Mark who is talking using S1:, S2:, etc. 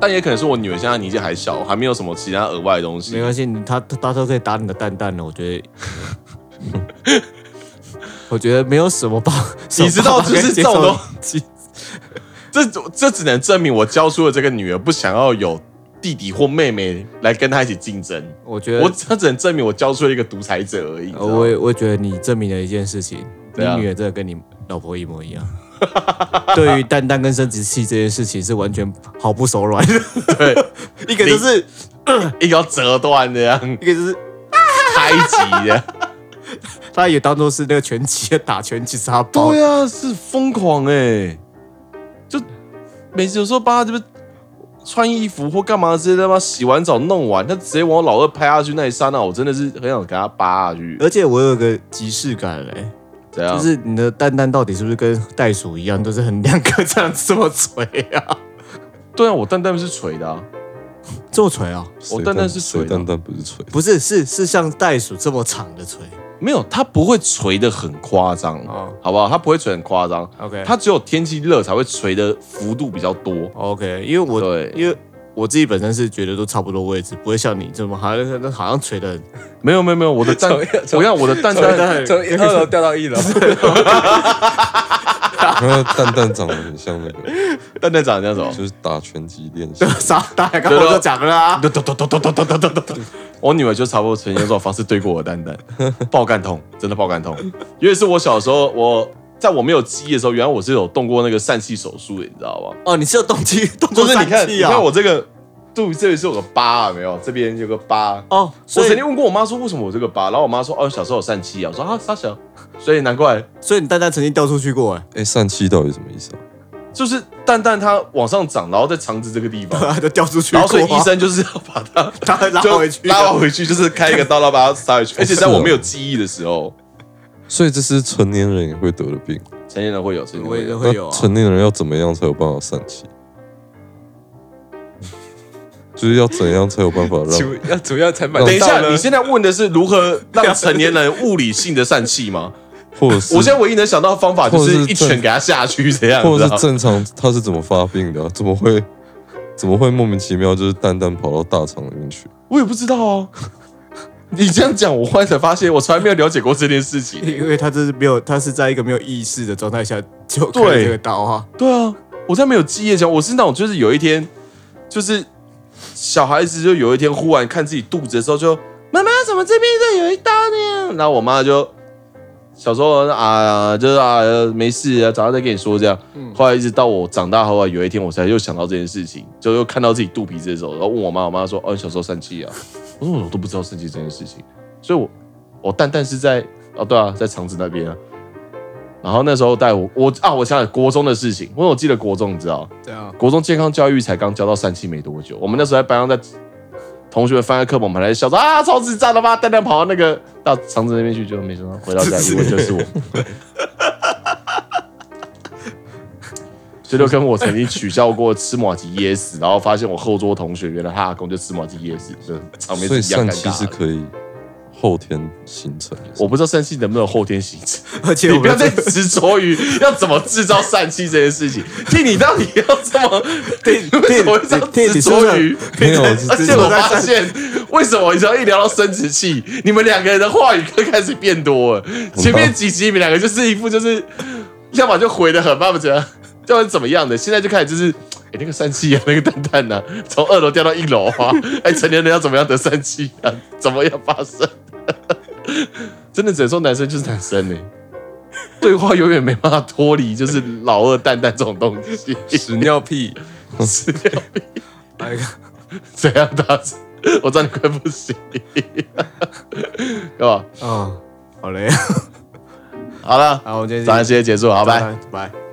S1: 但也可能是我女儿现在年纪还小，还没有什么其他额外的东
S2: 没
S1: 西。
S2: 关系，你他他他都可以打你的蛋蛋了，我觉得。 我觉得没有什么吧，
S1: 你知道
S2: 什么爸爸
S1: 就是
S2: 可以
S1: 这
S2: 接
S1: 种
S2: 受的
S1: 东这这只能证明我教出的这个女儿不想要有弟弟或妹妹来跟她一起竞争。
S2: 我觉得
S1: 我这只能证明我教出了一个独裁者而已。你知道
S2: 呃，
S1: 吗
S2: 我也我也觉得你证明了一件事情，你
S1: 对啊
S2: 女儿真的跟你老婆一模一样。对于蛋蛋跟生殖器这件事情是完全毫不手软，
S1: 对，
S2: 一个就是
S1: 一个要折断这样，
S2: 一个就是
S1: 开级的。
S2: 他也当做是那个拳击打拳击沙 包，
S1: 对啊，是疯狂哎、就每次有时候帮他这边穿衣服或干嘛之类的，他妈洗完澡弄完，他直接往我老二拍下去那一刹那，我真的是很想给他扒下去。
S2: 而且我有个即视感嘞、
S1: 怎样？
S2: 就是你的蛋蛋到底是不是跟袋鼠一样，都是很两个这样这么垂 啊，
S1: 对啊，我蛋蛋是垂的、啊，
S2: 这么垂啊？
S1: 我哦蛋蛋是垂
S3: 水
S1: 的
S3: 蛋，蛋不是水，
S2: 不是，是是像袋鼠这么长的垂。
S1: 没有，它不会垂的很夸张，
S2: 哦
S1: 好不好？它不会垂很夸张，
S2: OK，
S1: 它只有天气热才会垂的幅度比较多。
S2: OK，因为我
S1: 对
S2: 因为我自己本身是觉得都差不多位置，不会像你这么好像好像垂的很。
S1: 没有没有没有，我的蛋
S3: 从 从，
S1: 我要我的蛋蛋
S2: 蛋。
S3: 从二楼掉到一楼，那 蛋蛋长得很像那个，
S1: 蛋蛋长得像什么？
S3: 就是打拳击练习
S2: 啥？大家刚刚都讲了 啊。
S1: 我女儿就差不多曾经用这种方式对过我的蛋蛋，爆肝痛， 真的爆肝痛。因为是我小时候，我在我没有记忆的时候，原来我是有动过那个疝气手术的，你知道吗？
S2: 哦，你是有动机动
S1: 就
S2: 作
S1: 是你看，
S2: 疝
S1: 你
S2: 气啊？
S1: 看我这个肚子这里是有个疤，啊有没有？这边有个疤。
S2: 哦，
S1: 我
S2: 所
S1: 曾
S2: 以
S1: 经问过我妈说为什么我这个疤，然后我妈说哦小时候有疝气啊，我说啊傻小，所以难怪啊
S2: 所以你蛋蛋曾经掉出去过哎，
S3: 哎，疝气到底什么意思啊？
S1: 就是蛋蛋它往上长，然后在肠子这个地方，
S2: 都掉出 去
S1: 然
S2: 过啊。
S1: 后所以医生就是要把它
S2: 他会拉
S1: 就
S2: 回去，
S1: 拉回去，就是开一个刀，然后把它塞 回去。而且在我没有记忆的时候，
S3: 所以这是成年人也会得的病。
S1: 成年人会有，成年人
S2: 我
S1: 会
S2: 也
S1: 有。
S2: 会有
S3: 那
S2: 啊。
S3: 成年人要怎么样才有办法散气？ 就是要怎样才有办法让？
S4: 主要主要才买
S3: 等
S1: 等一
S4: 到
S1: 下，
S4: 呢
S1: 你现在问的是如何让成年人物理性的疝气 吗？
S3: 或者是
S1: 我现在唯一能想到的方法就
S3: 或者
S1: 是
S3: 是
S1: 一拳给他下去，这样
S3: 或
S1: 子
S3: 者
S1: 啊
S3: 是。正常他是怎么发病的啊、怎么会怎么会莫名其妙就是蛋蛋跑到大肠里面去？
S1: 我也不知道啊。 你这样讲，我忽然才发现，我从来没有了解过这件事情。
S2: 因为他这是没有，他是在一个没有意识的状态下就开
S1: 对
S2: 这个刀啊。
S1: 对啊，我在没有记忆的前，我是那种就是有一天，就是小孩子就有一天忽然看自己肚子的时候就，妈妈怎么这边这有一刀呢？然后我妈就小时候啊，就是啊没事啊，长大再跟你说这样。后来一直到我长大后啊，有一天我才又想到这件事情，就又看到自己肚皮子的时候，然后问我妈，我妈说：“哦，你小时候疝气啊？”我说：“我都不知道疝气这件事情。”所以我我蛋蛋是在哦对啊，在肠子那边啊。然后那时候带我我啊，我想想国中的事情，因为我记得国中，你知道，
S2: 对啊，
S1: 国中健康教育才刚教到疝气没多久，我们那时候在班上在同学们翻开课本，我们还在笑说啊，超智障的吧，蛋蛋跑到那个到肠子那边去，就没想到回到家一问就是我。 这就跟我曾经取笑过吃马吉噎死，然后发现我后桌同学原来他阿公就吃马吉噎死，这场面
S3: 所以
S1: 啊是一样
S3: 疝
S1: 尴
S3: 气是
S1: 尬的。
S3: 可以后天形 成的。
S1: 我不知道疝气能不能后天形成。
S2: 而且
S1: 你
S2: 我
S1: 不要
S2: 们
S1: 再执着于要怎么制造疝气这件事情。替你到底要这么，
S2: 对
S1: 为什么要
S2: 对
S1: 执着于？
S3: 没有，
S1: 啊
S3: 是
S1: 而
S3: 这
S1: 且我
S3: 种
S1: 发现， 为什么你知道一聊到生殖器，你们两个人的话语就开始变多了。前面几集你们两个就是一副就是，要么就回的很慢，不然要么怎么样的，现在就开始就是。哎、那个疝气啊，那个蛋蛋呐、啊，从二楼掉到一楼啊！哎、成年人要怎么样得疝气啊？怎么样发生？ 真的只能说男生就是男生呢、对话永远没办法脱离就是老二蛋蛋这种东西。
S4: 屎尿屁，
S1: 是要
S2: 哎呀
S1: 怎样打字？我知道你快不行， 干嘛？
S2: 嗯，好嘞，
S1: 好了，
S2: 好，我们今天
S1: 早安，时间结束，好，拜。
S2: 拜拜。